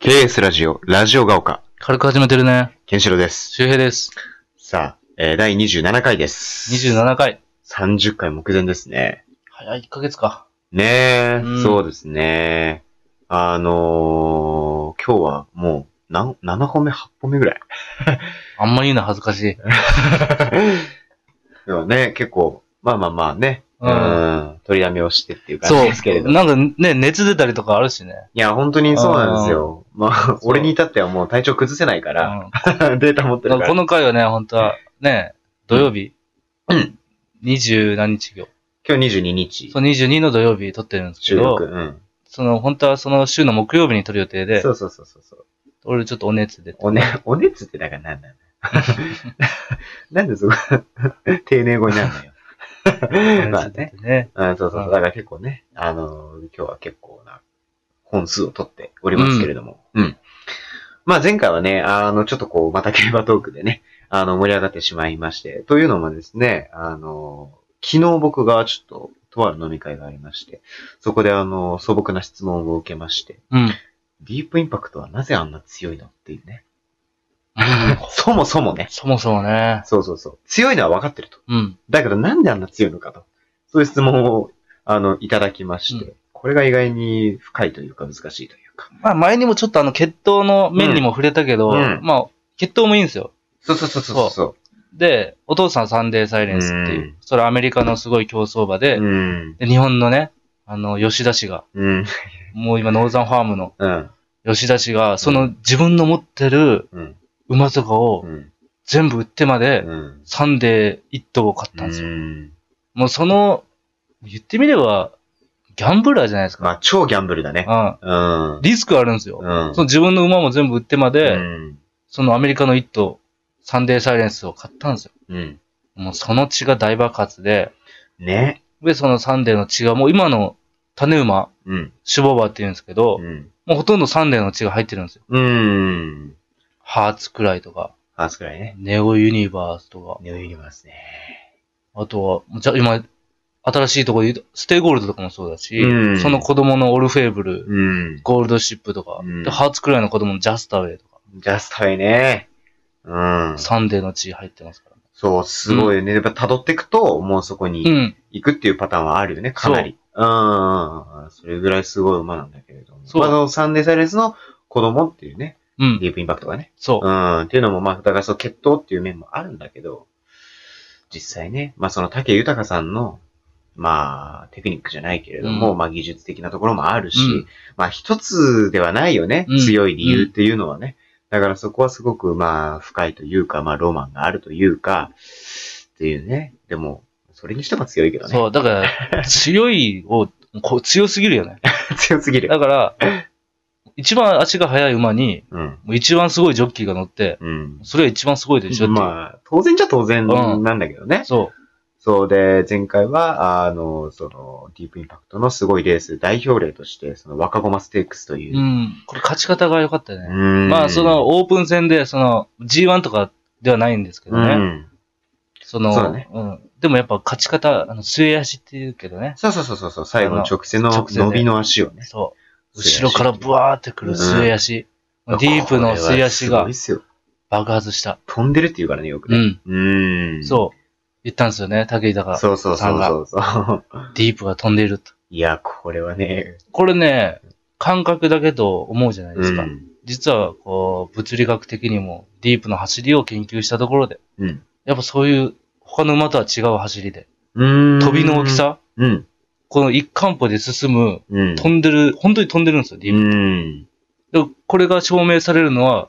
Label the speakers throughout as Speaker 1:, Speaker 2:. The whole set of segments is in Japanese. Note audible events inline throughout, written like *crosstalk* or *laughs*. Speaker 1: KS ラジオ、ラジオが丘、
Speaker 2: 軽く始めてるね。
Speaker 1: ケンシロウです。
Speaker 2: 周平です。
Speaker 1: さあ、えー、第27回です。
Speaker 2: 27回。
Speaker 1: 30回目前ですね。
Speaker 2: 早い1ヶ月か。
Speaker 1: ねえ、
Speaker 2: うん
Speaker 1: そうですね。あのー、今日はもう、なん、7本目、8本目ぐらい。
Speaker 2: あんま言うの恥ずかしい。
Speaker 1: でもね、結構、まあまあまあね、う、
Speaker 2: うん
Speaker 1: 取りやめをしてっていう感じですけれど。い
Speaker 2: なんかね、熱出たりとかあるしね。
Speaker 1: や、本当にそうなんですよ。まあ、
Speaker 2: そう
Speaker 1: 俺に至ってはもう体調崩せないから、
Speaker 2: うん
Speaker 1: データ持って
Speaker 2: だ
Speaker 1: るから
Speaker 2: か
Speaker 1: ら
Speaker 2: こ。の回はね、本当は、ね、土曜日。
Speaker 1: うん。
Speaker 2: 20何日行。
Speaker 1: 今日22日
Speaker 2: そ、う、22の土曜日撮ってるんですけ
Speaker 1: 収録。
Speaker 2: ど、
Speaker 1: うん。
Speaker 2: その、本当はその週の木曜日に撮る予定で
Speaker 1: そ、うそうそうそうそう。
Speaker 2: 俺ちょっとお熱出て。
Speaker 1: おね、お熱ってだからなんな *laughs* のなんでそこ、丁寧語にな *laughs* るのよ。
Speaker 2: お
Speaker 1: まあ
Speaker 2: 熱出
Speaker 1: ね。
Speaker 2: てね。
Speaker 1: うん、そうそうそう。だから結構ね、あのー今日は結構な本数を取っておりますけれども。うん。まあ前回はね、あの、ちょっとこう、また競馬トークでね、あの、盛り上がってしまいまして。というのもですね、あのー昨日僕がちょっと、とある飲み会がありまして、そこであの素朴な質問を受けまして、
Speaker 2: うん。
Speaker 1: ディープインパクトはなぜあんな強いのっていうね。
Speaker 2: *laughs* うん
Speaker 1: そもそもね。
Speaker 2: そもそもね。
Speaker 1: そうそうそう。強いのは分かってると。
Speaker 2: うん。
Speaker 1: だけどなんであんな強いのかと。そういう質問を、あの、いただきまして、
Speaker 2: う
Speaker 1: これが意外に深いというか難しいというか。
Speaker 2: まあ前にもちょっとあの、血統の面にも触れたけど、
Speaker 1: うん
Speaker 2: まあ、血統もいいんですよ。
Speaker 1: そうそうそうそうそう。、
Speaker 2: で、お父さんサンデーサイレンスっていううんそれアメリカのすごい競走馬
Speaker 1: う
Speaker 2: で、
Speaker 1: ん。
Speaker 2: で日本のね、あの、吉田氏が、
Speaker 1: うん。
Speaker 2: もう今ノーザンファームの
Speaker 1: うん。
Speaker 2: 吉田氏が、そうの自分の持ってる
Speaker 1: うん。
Speaker 2: 馬とかを
Speaker 1: うん。
Speaker 2: 全部売ってまで、
Speaker 1: うん。
Speaker 2: サンデー一頭を買ったんですよ。
Speaker 1: ん。
Speaker 2: もうその、言ってみれば、ギャンブラーじゃないです
Speaker 1: ま
Speaker 2: か。
Speaker 1: あ、超ギャンブルだね。
Speaker 2: うん
Speaker 1: うん。
Speaker 2: リスクあるんですよ。
Speaker 1: うん
Speaker 2: その自分の馬も全部売ってま
Speaker 1: う
Speaker 2: で、
Speaker 1: ん。
Speaker 2: そのアメリカの一頭、サンデーサイレンスを買ったんですよ。
Speaker 1: うん。
Speaker 2: もうその血が大爆発で、
Speaker 1: ね。
Speaker 2: で、そのサンデーの血が、もう今の種馬、
Speaker 1: うん。
Speaker 2: シュボバーって言うんですけど、
Speaker 1: うん。
Speaker 2: もうほとんどサンデーの血が入ってるんですよ。
Speaker 1: うん。
Speaker 2: ハーツくらいとか、
Speaker 1: あ、そくらいね。
Speaker 2: ネオユニバースとか、
Speaker 1: ネオユニバースね。
Speaker 2: あとは、じゃ今、新しいとこで言うと、ステイゴールドとかもそうだし、
Speaker 1: うん
Speaker 2: その子供のオルフェーブル、
Speaker 1: うん。
Speaker 2: ゴールドシップとか、
Speaker 1: うん
Speaker 2: でハーツくらいの子供のジャスタウェイとか、
Speaker 1: ジャスタイね。うん。
Speaker 2: サンデーの血入ってますから、ね。
Speaker 1: そう、すごいよね。やっぱ辿っていくと、もうそこ
Speaker 2: う
Speaker 1: に
Speaker 2: ん、
Speaker 1: 行くっていうパターンはあるよね、かなり。うんうんうん。それぐらいすごい馬なんだけれども。
Speaker 2: そう
Speaker 1: まあ、そのサンデーサイレンスの子供っていうね、
Speaker 2: うん、
Speaker 1: ディープインパクトがね。
Speaker 2: そう
Speaker 1: う。ん。っていうのも、まあ、だからそう、血統っていう面もあるんだけど、実際ね、まあその竹豊さんの、まあ、テクニックじゃないけれども、
Speaker 2: うん
Speaker 1: まあ技術的なところもあるし、
Speaker 2: うん
Speaker 1: まあ一つではないよね、
Speaker 2: うん
Speaker 1: 強い理由っていうのはね。だからそこはすごく、まあ、深いというか、まあ、ロマンがあるというか、っていうね。でも、それにしても強いけどね。
Speaker 2: そう、だから、強いを、こう強すぎるよね。
Speaker 1: *laughs* 強すぎる。
Speaker 2: だから、一番足が速い馬に、
Speaker 1: うん。
Speaker 2: もう一番すごいジョッキーが乗って、
Speaker 1: うん。
Speaker 2: それは一番すごいでしょっていう。
Speaker 1: まあ、当然じゃ当然なんだけどね。
Speaker 2: そ
Speaker 1: そうで、前回は、あの、その、ディープインパクトのすごいレース、代表例として、その、若駒ステークスと
Speaker 2: う。
Speaker 1: いうう。
Speaker 2: ん。これ勝ち方が良かったよね。
Speaker 1: うん
Speaker 2: まあ、そ、の、オープン戦で、その、G1 とかではないんですけど
Speaker 1: う
Speaker 2: ね。
Speaker 1: ん。
Speaker 2: その
Speaker 1: そうだね
Speaker 2: ん。でもやっぱ勝ち方、あの、末足って言うけどね。
Speaker 1: そうそうそうそう、最後の直線の
Speaker 2: あの直線で
Speaker 1: 伸びの足をね。
Speaker 2: そう。後ろからブワーってくる末足。
Speaker 1: うん
Speaker 2: ディープの末足
Speaker 1: これはすご
Speaker 2: が
Speaker 1: いっすよ。
Speaker 2: 爆発した。
Speaker 1: 飛んでるって言うからね、よく
Speaker 2: う
Speaker 1: ね。
Speaker 2: ん。
Speaker 1: うん。
Speaker 2: そう。言ったんですよね、武井
Speaker 1: う
Speaker 2: が。
Speaker 1: そうそうそうそうそう。
Speaker 2: ディープが飛んでいると。
Speaker 1: いや、これはね、
Speaker 2: これね、感覚だけと思うじゃないで
Speaker 1: う
Speaker 2: すか。
Speaker 1: ん。
Speaker 2: 実は、こう、物理学的にも、ディープの走りを研究したところで、
Speaker 1: うん。
Speaker 2: やっぱそういう、他の馬とは違う走りで、
Speaker 1: うん
Speaker 2: 飛びの大き。さ、
Speaker 1: うん。
Speaker 2: この一貫歩で進む、
Speaker 1: うん。
Speaker 2: 飛んでる、本当に飛んでるんですよ、ディー
Speaker 1: うん。
Speaker 2: プ。でこれが証明されるのは、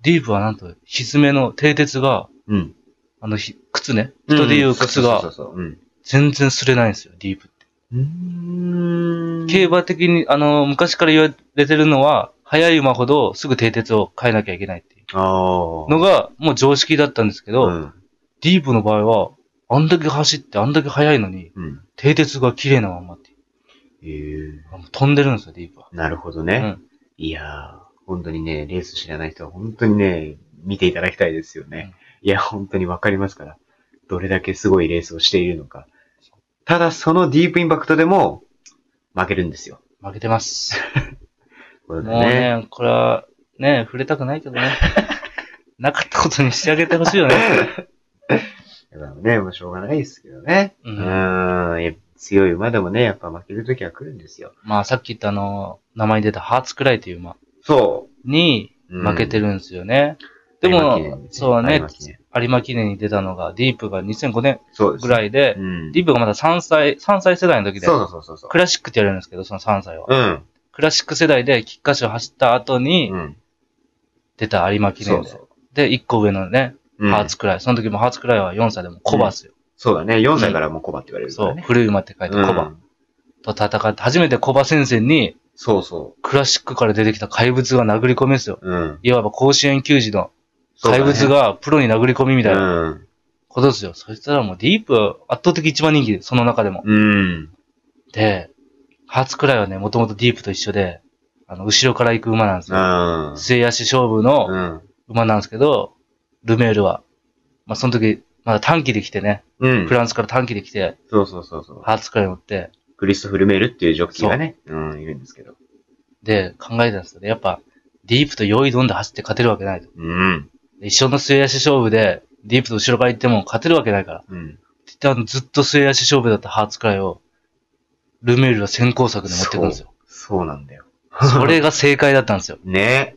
Speaker 2: ディープはなんと、ひずめの、蹄鉄が、
Speaker 1: うん。
Speaker 2: あのひ、靴ね、人でいう
Speaker 1: そ
Speaker 2: 靴
Speaker 1: う
Speaker 2: が、
Speaker 1: そうそうそう。うん
Speaker 2: 全然擦れないんですよ、ディープって。
Speaker 1: うん。
Speaker 2: 競馬的に、あの、昔から言われてるのは、速い馬ほどすぐ蹄鉄を変えなきゃいけないっていう
Speaker 1: ああ。
Speaker 2: のが、もう常識だったんですけど、
Speaker 1: うん
Speaker 2: ディープの場合は、あんだけ走って、あんだけ速いのに、
Speaker 1: うん。
Speaker 2: 蹄鉄が綺麗なまんまっていう。
Speaker 1: えー
Speaker 2: あもう飛んでるんですよ、ディープは。
Speaker 1: なるほど
Speaker 2: う
Speaker 1: ね。
Speaker 2: ん。
Speaker 1: いやー、本当にね、レース知らない人は本当にね、見ていただきたいですよね。いや、本当にわかりますから。どれだけすごいレースをしているのか。ただ、そのディープインパクトでも負けるんですよ。
Speaker 2: 負けてます。
Speaker 1: これで
Speaker 2: もうね、これは、ねえ、触れたくないけど
Speaker 1: *laughs*
Speaker 2: ね。なかったことにしてあげてほしいよね。
Speaker 1: だからね、もうしょうがないですけどね。
Speaker 2: う
Speaker 1: うんーん。いや強い馬でもね、やっぱ負けるときは来るんですよ。
Speaker 2: まあさっき言ったあの、名前に出たハーツクライという馬
Speaker 1: そ
Speaker 2: に
Speaker 1: う。うん
Speaker 2: 負けてるんですよね。で
Speaker 1: 有馬記念
Speaker 2: も、そう
Speaker 1: 有
Speaker 2: ね
Speaker 1: 馬記念、
Speaker 2: 有馬記念に出たのがディープが2005年
Speaker 1: そうです。
Speaker 2: ぐら
Speaker 1: い。
Speaker 2: いで
Speaker 1: う、ん。
Speaker 2: ディープがまだ3歳、3歳世代の時で、
Speaker 1: そうそうそうそう。
Speaker 2: クラシックって言われるんですけど、その3歳は。
Speaker 1: うん。
Speaker 2: クラシック世代で菊花賞走った後に
Speaker 1: うん。
Speaker 2: 出た有馬記
Speaker 1: そ
Speaker 2: 念
Speaker 1: う
Speaker 2: で。
Speaker 1: そう。
Speaker 2: で、1個上のね、
Speaker 1: うん
Speaker 2: ハーツクライ。その時もハーツクライは4歳でもコバっすよ。
Speaker 1: そうだね。4歳からもうコバって言われるか
Speaker 2: そ
Speaker 1: ら
Speaker 2: う、
Speaker 1: ね。
Speaker 2: 古い馬って書いてコ
Speaker 1: う
Speaker 2: バ
Speaker 1: ん
Speaker 2: と戦って、初めてコバ先生に
Speaker 1: そうそ
Speaker 2: クラシックから出てきた怪物が殴り込みですよ。
Speaker 1: う。うん。
Speaker 2: いわば甲子園球児の
Speaker 1: そうだ
Speaker 2: 怪
Speaker 1: ね
Speaker 2: 物がプロに殴り込みみたいな
Speaker 1: うん。
Speaker 2: ことですよ。そしたらもうディープは圧倒的一番人気で、その中でも。
Speaker 1: うん。
Speaker 2: で、ハーツクライはね、もともとディープと一緒で、あの、後ろから行く馬なんですよ。
Speaker 1: うん。
Speaker 2: 末足勝負の、
Speaker 1: うん。
Speaker 2: 馬なんですけど、ルメールは。まあ、その時、まだ短期で来てね、
Speaker 1: うん
Speaker 2: フ。ランスから短期で来て、
Speaker 1: そうそうそうそう。
Speaker 2: ハーツくらい乗って、
Speaker 1: クリストフ・ルメールっていうジョッキーがね、うん、いるんですけど。
Speaker 2: で、考えたんですよね。やっぱ、ディープと用意どんで走って勝てるわけないと。
Speaker 1: うん。
Speaker 2: 一緒の末足勝負で、ディープと後ろから行っても勝てるわけないから。って
Speaker 1: うん。
Speaker 2: 言ってあのずっと末足勝負だったハーツくらいを、ルメールは先行策で持ってくんですよ。
Speaker 1: そうなんだよ。
Speaker 2: それが正解だったんですよ。
Speaker 1: ね。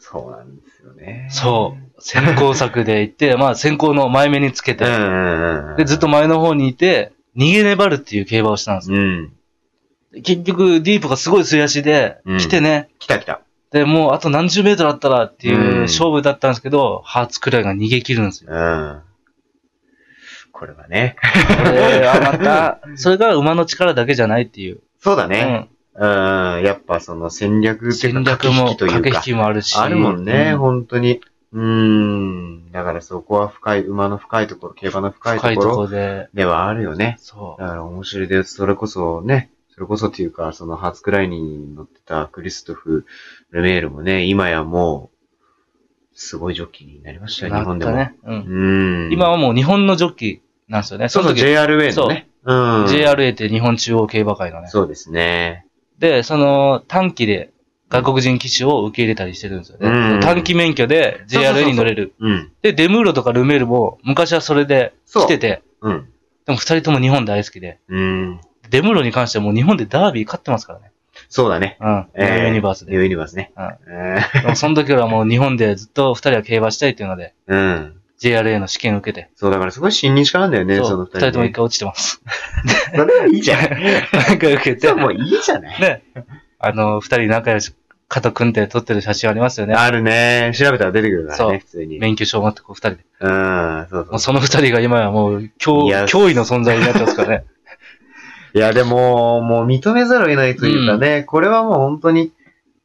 Speaker 1: そうなんですよね。
Speaker 2: そう。先行策で行って、まあ先行の前目につけ
Speaker 1: う
Speaker 2: て
Speaker 1: んう、んうん。
Speaker 2: で、ずっと。前の方にいて、逃げ粘るっていう競馬をしたんですよ
Speaker 1: うん。
Speaker 2: 結局、ディープがすごい素足で、
Speaker 1: うん
Speaker 2: 来てね、
Speaker 1: 来た来た。
Speaker 2: で、もうあと何十メートルあったらって
Speaker 1: う
Speaker 2: いうん勝負だったんですけど、ハーツくらいが逃げ切るんです
Speaker 1: *laughs*
Speaker 2: よ。
Speaker 1: うん。これはね。
Speaker 2: これはまた、 *laughs* それが馬の力だけじゃないっていう。
Speaker 1: そうだ
Speaker 2: う
Speaker 1: ね。
Speaker 2: ん
Speaker 1: うん。やっぱその戦略っていう
Speaker 2: 戦
Speaker 1: か
Speaker 2: 略も、
Speaker 1: 駆け引き
Speaker 2: 駆
Speaker 1: と
Speaker 2: け
Speaker 1: いう
Speaker 2: 引
Speaker 1: か。
Speaker 2: きもあるし。
Speaker 1: あるもんね、
Speaker 2: うん
Speaker 1: 本当に。うーん。だからそこは深い、馬の深いところ、競馬の深い
Speaker 2: 深
Speaker 1: と
Speaker 2: い
Speaker 1: こと
Speaker 2: こ
Speaker 1: ろ
Speaker 2: で。
Speaker 1: ではあるよね。
Speaker 2: そ
Speaker 1: だから面白いです。それこそね、それこそっていうか、そのハーツクライに乗ってたクリストフ・ルメールもね、今やもう、すごいジョッキーになりまし
Speaker 2: う。
Speaker 1: たよ、日本でも。
Speaker 2: なったね。う。
Speaker 1: うんん。
Speaker 2: 今はもう日本のジョッキーなんですよね。
Speaker 1: そうそう、
Speaker 2: 時、
Speaker 1: JRA のね。うん。
Speaker 2: JRA って日本中央競馬会のね。
Speaker 1: そうですね。
Speaker 2: で、その短期で外国人騎手を受け入れたりしてるんですよね。
Speaker 1: うん
Speaker 2: 短期免許で
Speaker 1: そうそうそう
Speaker 2: JRA
Speaker 1: そう
Speaker 2: に乗れる。
Speaker 1: うん。
Speaker 2: で、デムーロとかルメールも昔はそれで
Speaker 1: そう。
Speaker 2: 来てて、
Speaker 1: うん。
Speaker 2: でも二人とも日本大好きで、
Speaker 1: うん。
Speaker 2: デムーロに関してはもう日本でダービー勝ってますからね。
Speaker 1: そうだね。
Speaker 2: うん。
Speaker 1: えー
Speaker 2: ユニバース
Speaker 1: ニュ
Speaker 2: で。
Speaker 1: ーユニバースね。
Speaker 2: うん
Speaker 1: え
Speaker 2: でもその時からもう日本でずっと二人は競馬したいっていうので、
Speaker 1: ーうん。
Speaker 2: JRA の試験を受けて、
Speaker 1: そう、だからすごい親日家なんだよね、そ
Speaker 2: そ
Speaker 1: の
Speaker 2: う
Speaker 1: 二人ね。
Speaker 2: 二人とも一回落ちてます。
Speaker 1: それはいい
Speaker 2: *laughs*
Speaker 1: じゃん。
Speaker 2: 一回受けて
Speaker 1: そう、、もういいじゃない。
Speaker 2: で、あの、二人仲良し、肩組んで撮ってる写真ありますよね。
Speaker 1: あるね。調べたら出てくるから
Speaker 2: そう
Speaker 1: ね、普通に。うん、
Speaker 2: 免許証を持ってこう二人で。
Speaker 1: そうそう
Speaker 2: もう。その二人が今やもう
Speaker 1: い
Speaker 2: 驚
Speaker 1: や
Speaker 2: 脅威の存在になってますからね。
Speaker 1: いや、でも、もう認めざるを得ないというかね、これはもう本当に、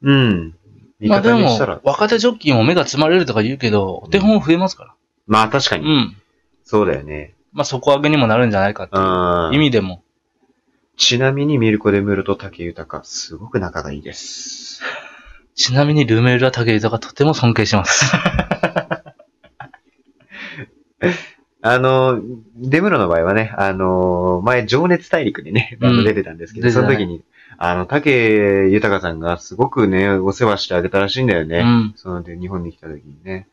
Speaker 1: うん。 *laughs* 味
Speaker 2: まあで
Speaker 1: 方に
Speaker 2: も
Speaker 1: したら。、
Speaker 2: 若手ジョッキーも目が詰まれるとか言うけど、お手本増えますか。
Speaker 1: まあ確からに、
Speaker 2: うん。
Speaker 1: そうだよね。
Speaker 2: まあ、底上げにもなるんじゃないかって
Speaker 1: う。
Speaker 2: いうん意味でも。
Speaker 1: ちなみに、ミルコ・デムールと竹豊、すごく仲がいいです。
Speaker 2: ちなみにルメールは竹豊がとても尊敬し
Speaker 1: *laughs*
Speaker 2: ます。
Speaker 1: あの、デムロの場合はね、あの、前、情熱大陸でね、
Speaker 2: うん
Speaker 1: あの出てたんですけど、
Speaker 2: 出て
Speaker 1: そ
Speaker 2: たね
Speaker 1: の時に、あの、竹豊さんがすごくね、お世話してあげたらしいんだよね。
Speaker 2: うん。
Speaker 1: そので、日本に来た時にね。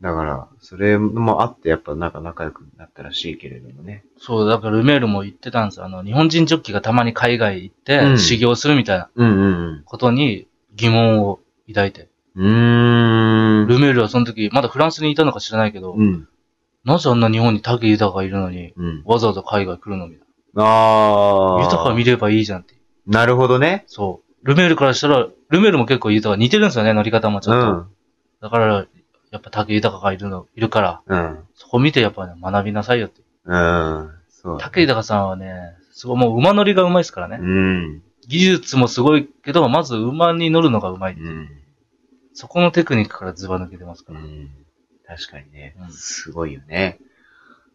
Speaker 1: だから、それもあって、やっぱなんか仲良くなったらしいけれどもね。
Speaker 2: そう、だからルメールも言ってたんですよ。あの、日本人ジョッキーがたまに海外行っ
Speaker 1: う
Speaker 2: て
Speaker 1: ん
Speaker 2: 修行するみたいな
Speaker 1: うんうん
Speaker 2: ことに疑問を抱いて。
Speaker 1: うん。うーん。
Speaker 2: ルメールはその時、まだフランスにいたのか知らないけど、
Speaker 1: うん。
Speaker 2: なぜあんな日本に竹豊がいるのに、
Speaker 1: うん。
Speaker 2: わざわざ海外来るのみたい
Speaker 1: あ
Speaker 2: な。
Speaker 1: あ。
Speaker 2: 豊見ればいいじゃんって。
Speaker 1: なるほどね。
Speaker 2: そう。ルメールからしたら、ルメールも結構豊似てるんですよね、乗り方もち
Speaker 1: う
Speaker 2: ょっと。
Speaker 1: ん。
Speaker 2: だから、やっぱ竹豊がいるの、いるから、
Speaker 1: うん。
Speaker 2: そこ見てやっぱね、学びなさいよって。
Speaker 1: うん。そう。
Speaker 2: 武豊さんはね、すごい、もう馬乗りがうまいですからね。
Speaker 1: うん。
Speaker 2: 技術もすごいけど、まず馬に乗るのがうまい。
Speaker 1: うん。
Speaker 2: そこのテクニックからズバ抜けてます
Speaker 1: う
Speaker 2: から。
Speaker 1: ん。確かにね
Speaker 2: う。ん
Speaker 1: すごいよね。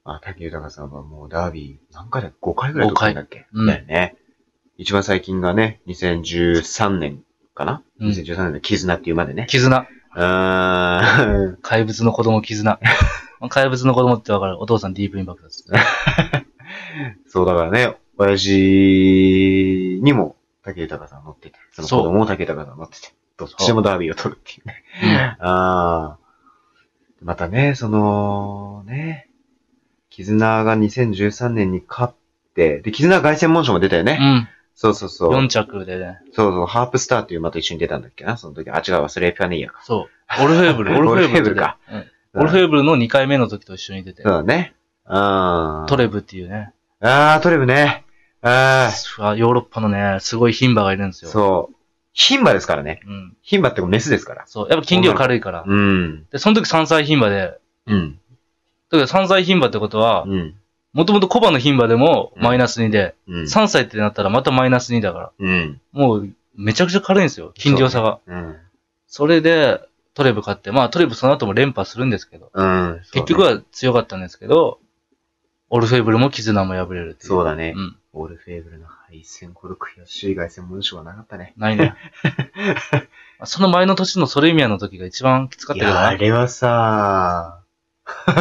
Speaker 1: まあ、竹豊さんはもうダービー、何回だ ?5 回ぐらい取ったんだっけ
Speaker 2: 五回うん
Speaker 1: だよね。一番最近がね、2013年かな
Speaker 2: うん
Speaker 1: ?2013 年の絆っていうまでね。
Speaker 2: 絆。
Speaker 1: うー *laughs* ん。
Speaker 2: 怪物の子
Speaker 1: *laughs*
Speaker 2: 供絆。怪物の子供ってわかる。お父さんディープインパクトです。
Speaker 1: そう、だからね、親父にも竹豊さん乗ってて、その子供も竹豊さん乗ってて。どっちもダービーを取るっていうね。ああ。またね、その、ね、絆が2013年に勝って、で、絆凱旋門賞も出たよね。
Speaker 2: うん。
Speaker 1: そうそうそう。
Speaker 2: 4着でね。
Speaker 1: そうそう、ハープスターっていう馬と一緒に出たんだっけな、その時。あ、違う、忘れエピファネイアか。
Speaker 2: そう。オルフェーブル、
Speaker 1: *laughs* オルフェーブル
Speaker 2: と出て
Speaker 1: か。
Speaker 2: うんオルフェーブルの2回目の時と一緒に出て
Speaker 1: そ。うだね。うん。
Speaker 2: トレブっていうね、
Speaker 1: あー、トレブね。あー、
Speaker 2: あヨーロッパのね、すごい牝馬がいるんですよ。
Speaker 1: そう。牝馬ですからね。
Speaker 2: うん。
Speaker 1: 牝馬ってメスですから。
Speaker 2: そう。やっぱ筋量軽いから。
Speaker 1: うん。
Speaker 2: で、その時3歳牝馬で、
Speaker 1: うん。
Speaker 2: だから3歳牝馬ってことは
Speaker 1: う、ん。
Speaker 2: もともとコバの牝馬でも
Speaker 1: うん
Speaker 2: マイナス2で、
Speaker 1: うん。
Speaker 2: 3歳ってなったらまたマイナス2だから、
Speaker 1: うん。
Speaker 2: もうめちゃくちゃ軽いんですよ、筋量差が。
Speaker 1: うん。
Speaker 2: それで、トレブ勝って、まあトレブその後も連覇するんですけど、
Speaker 1: うん。
Speaker 2: 結局は強かったんですけど、オルフェーブルも絆も破れるっていう。
Speaker 1: そうだね。
Speaker 2: うん。
Speaker 1: オールフェーブルの敗戦ほど悔しい凱旋文章はなかったね。
Speaker 2: な
Speaker 1: *laughs*
Speaker 2: いね。その前の年のソレミアの時が一番きつかっ
Speaker 1: い
Speaker 2: たけど
Speaker 1: や、
Speaker 2: な
Speaker 1: あれはさ、 *laughs* こ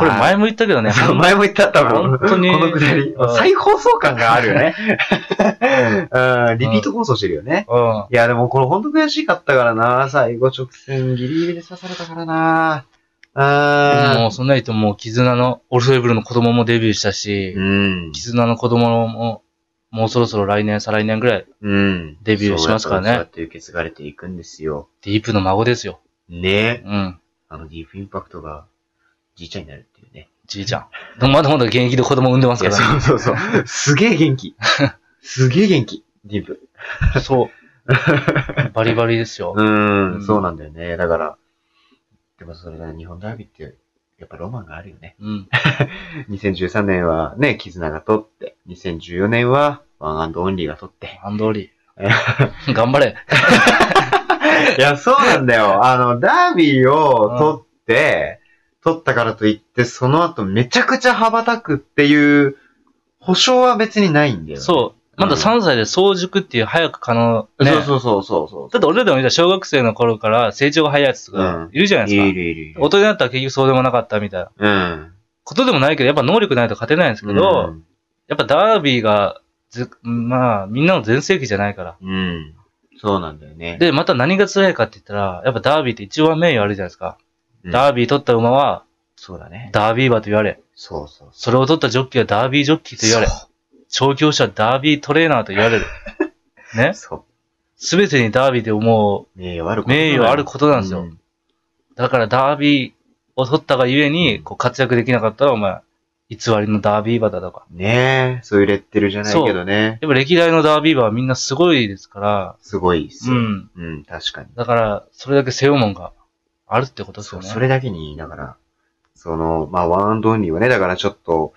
Speaker 2: これ前
Speaker 1: も、
Speaker 2: も言ったけど
Speaker 1: *laughs*
Speaker 2: ね、
Speaker 1: そう前も言った、多分。
Speaker 2: 本当に
Speaker 1: このくだり
Speaker 2: うん。
Speaker 1: 再放送感があるよ *laughs* ね。うん、リピート放送してるよね。
Speaker 2: うん。
Speaker 1: いや、でもこれ本当悔しかったからな。最後直線ギリギリで刺されたからな。
Speaker 2: も
Speaker 1: あ
Speaker 2: うそんなにともう絆の、オルフェーブルの子供もデビューしたし、
Speaker 1: ーうん。
Speaker 2: 絆の子供も、もうそろそろ来年、再来年ぐらい、
Speaker 1: うん。
Speaker 2: デビューしますからね
Speaker 1: そうやって受け継がれていくんですよ。
Speaker 2: ディープの孫ですよ。
Speaker 1: ね。
Speaker 2: うん。
Speaker 1: あの、ディープインパクトが、じいちゃんになるっていうね。
Speaker 2: じいちゃん。 *laughs* でもまだまだ現役で子供産んでますか
Speaker 1: い
Speaker 2: ら
Speaker 1: やそうそうそう。 *laughs* すげえ元気。すげえ元気。ディープ。 *laughs*
Speaker 2: ね。そう。バリバリですよ。う
Speaker 1: うんん、そうなんだよね。だから、でもそれが日本ダービーって、やっぱロマンがあるよね。
Speaker 2: うん。
Speaker 1: 2013年はね、絆が取って、2014年はワンアンドオンリーが取って。
Speaker 2: ハンドリー。頑張れ。
Speaker 1: *laughs* いや、そうなんだよ。あの、ダービーを取って、取ったからといって、その後めちゃくちゃ羽ばたくっていう保証は別にないんだよね、
Speaker 2: そう。まだ
Speaker 1: うん
Speaker 2: 3歳で早熟っていう早く可能。ね。
Speaker 1: そうそうそうそうそう。
Speaker 2: だって俺らでもいた小学生の頃から成長が早いやつとか
Speaker 1: うん
Speaker 2: いるじゃないですか。
Speaker 1: いるいるいる。
Speaker 2: 大人になったら結局そうでもなかったみたいな
Speaker 1: うん。
Speaker 2: ことでもないけど、やっぱ能力ないと勝てないんですけど、
Speaker 1: うん
Speaker 2: やっぱダービーがず、まあ、みんなの全盛期じゃないから。
Speaker 1: うん。そうなんだよね。
Speaker 2: で、また何が辛いかって言ったら、やっぱダービーって一番名誉あるじゃないですか。
Speaker 1: うん
Speaker 2: ダービー取った馬は、
Speaker 1: そうだね。
Speaker 2: ダービー馬と言われ、
Speaker 1: そうそう
Speaker 2: それを取ったジョッキーはダービージョッキーと言われ、調教師はダービートレーナーと言
Speaker 1: *laughs*
Speaker 2: われる。ね
Speaker 1: う。。そ
Speaker 2: すべてにダービーでも
Speaker 1: う。名誉あること
Speaker 2: 名誉あることなんですよ
Speaker 1: う
Speaker 2: う、だからダービーを取ったがゆえに、
Speaker 1: うん
Speaker 2: こう活躍できなかったら、お前、偽りのダービー馬だとか。
Speaker 1: ねえ、そういうレッテルじゃないけどね。
Speaker 2: やっぱ歴代のダービー馬はみんなすごいですから、
Speaker 1: すごいっす
Speaker 2: う
Speaker 1: よ。
Speaker 2: ん。
Speaker 1: うん。確かに。
Speaker 2: だから、それだけ背負うもんがあるってことです
Speaker 1: そ
Speaker 2: よ
Speaker 1: う、
Speaker 2: ね。
Speaker 1: それだけに、だから、その、まあ、ワンアンドオンリーはね、だからちょっと、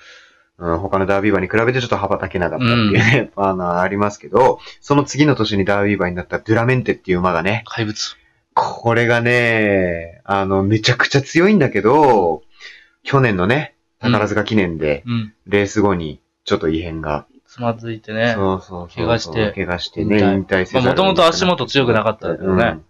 Speaker 1: うん、他のダービーバーに比べてちょっと羽ばたけなかったっていうね、あの、あり *laughs* ますけど、その次の年にダービーバーになったドゥラメンテっていう馬がね、
Speaker 2: 怪物。
Speaker 1: これがね、あの、めちゃくちゃ強いんだけど、去年のね、宝塚記念で、
Speaker 2: うん。
Speaker 1: レース後に、ちょっと異変が。
Speaker 2: つまずいてね。
Speaker 1: そうそうそう。
Speaker 2: 怪我して
Speaker 1: 怪我して
Speaker 2: 引
Speaker 1: ね、
Speaker 2: 退
Speaker 1: 引退せ
Speaker 2: ま
Speaker 1: ざるを得なくなっ
Speaker 2: あ、もともと足元強くなかったけどね。
Speaker 1: うん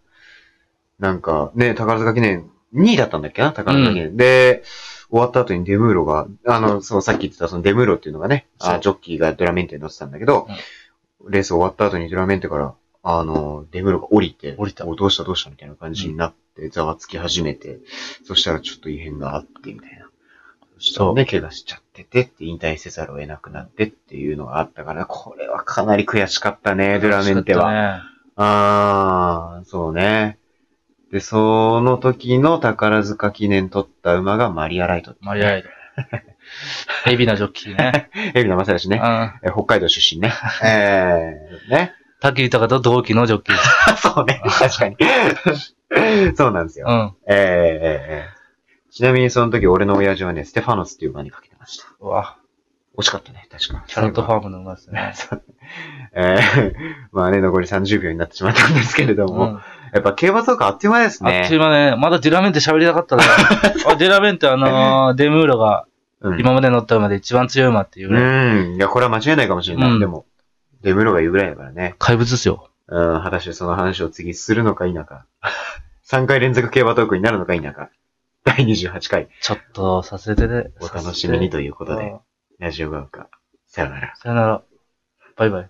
Speaker 1: なんか、ね、宝塚記念、2位だったんだっけな宝塚記念。で、終わった後にデムーロが、あの、そう、さっき言ってたそのデムーロっていうのがね、
Speaker 2: そう
Speaker 1: あジョッキーがドラメンテに乗ってたんだけど、レース終わった後にドラメンテから、あの、デムーロが降りて、
Speaker 2: 降りた
Speaker 1: おどうしたどうしたみたいな感じになって、ざわつき始めて、そしたらちょっと異変があって、みたいな。
Speaker 2: そう
Speaker 1: で、怪我しちゃってて、って引退せざるを得なくなってっていうのがあったから、これはかなり悔しかったね、ドラメンテは。
Speaker 2: は。
Speaker 1: ああ、そうね。で、その時の宝塚記念取った馬がマリアライト。
Speaker 2: マリアライド。ヘビなジョッキーね。
Speaker 1: エビナマサヤシ
Speaker 2: う
Speaker 1: ね。
Speaker 2: ん。
Speaker 1: え北海道出身ね。えー、ね。 *laughs*
Speaker 2: 滝豊と同期のジョッキー。
Speaker 1: そうね。確かに。 *laughs* そうなんですよ。
Speaker 2: うん。
Speaker 1: えーえーちなみにその時俺の親父はね、ステファノスっていう馬にかけてました。
Speaker 2: うわ、
Speaker 1: 惜しかったね、確か。
Speaker 2: キャロットフ
Speaker 1: ァ
Speaker 2: ァームの馬ですね。
Speaker 1: *laughs* えー、まあね、残り30秒になってしまったんですけれど
Speaker 2: う
Speaker 1: も、
Speaker 2: ん。
Speaker 1: やっぱ競馬とかあっという間ですね。
Speaker 2: あっという間ね、まだデュラメンテ喋りた
Speaker 1: *laughs*
Speaker 2: かったな。あデュラメンテあのーデムーロが
Speaker 1: うん
Speaker 2: 今まで乗った馬で一番強い馬っていうぐらい、
Speaker 1: うん。いや、これは間違いないかもしれない。
Speaker 2: うん
Speaker 1: でも、デムロが言うぐらいだからね。
Speaker 2: 怪物ですよ。
Speaker 1: うん、果たしてその話を次するのか否か。3回連続競馬トークになるのか否か。第28回、
Speaker 2: ちょっとさせてね。
Speaker 1: お楽しみにということ
Speaker 2: させ
Speaker 1: で
Speaker 2: て。、
Speaker 1: ラジオが丘、さよなら。
Speaker 2: さよなら。バイバイ。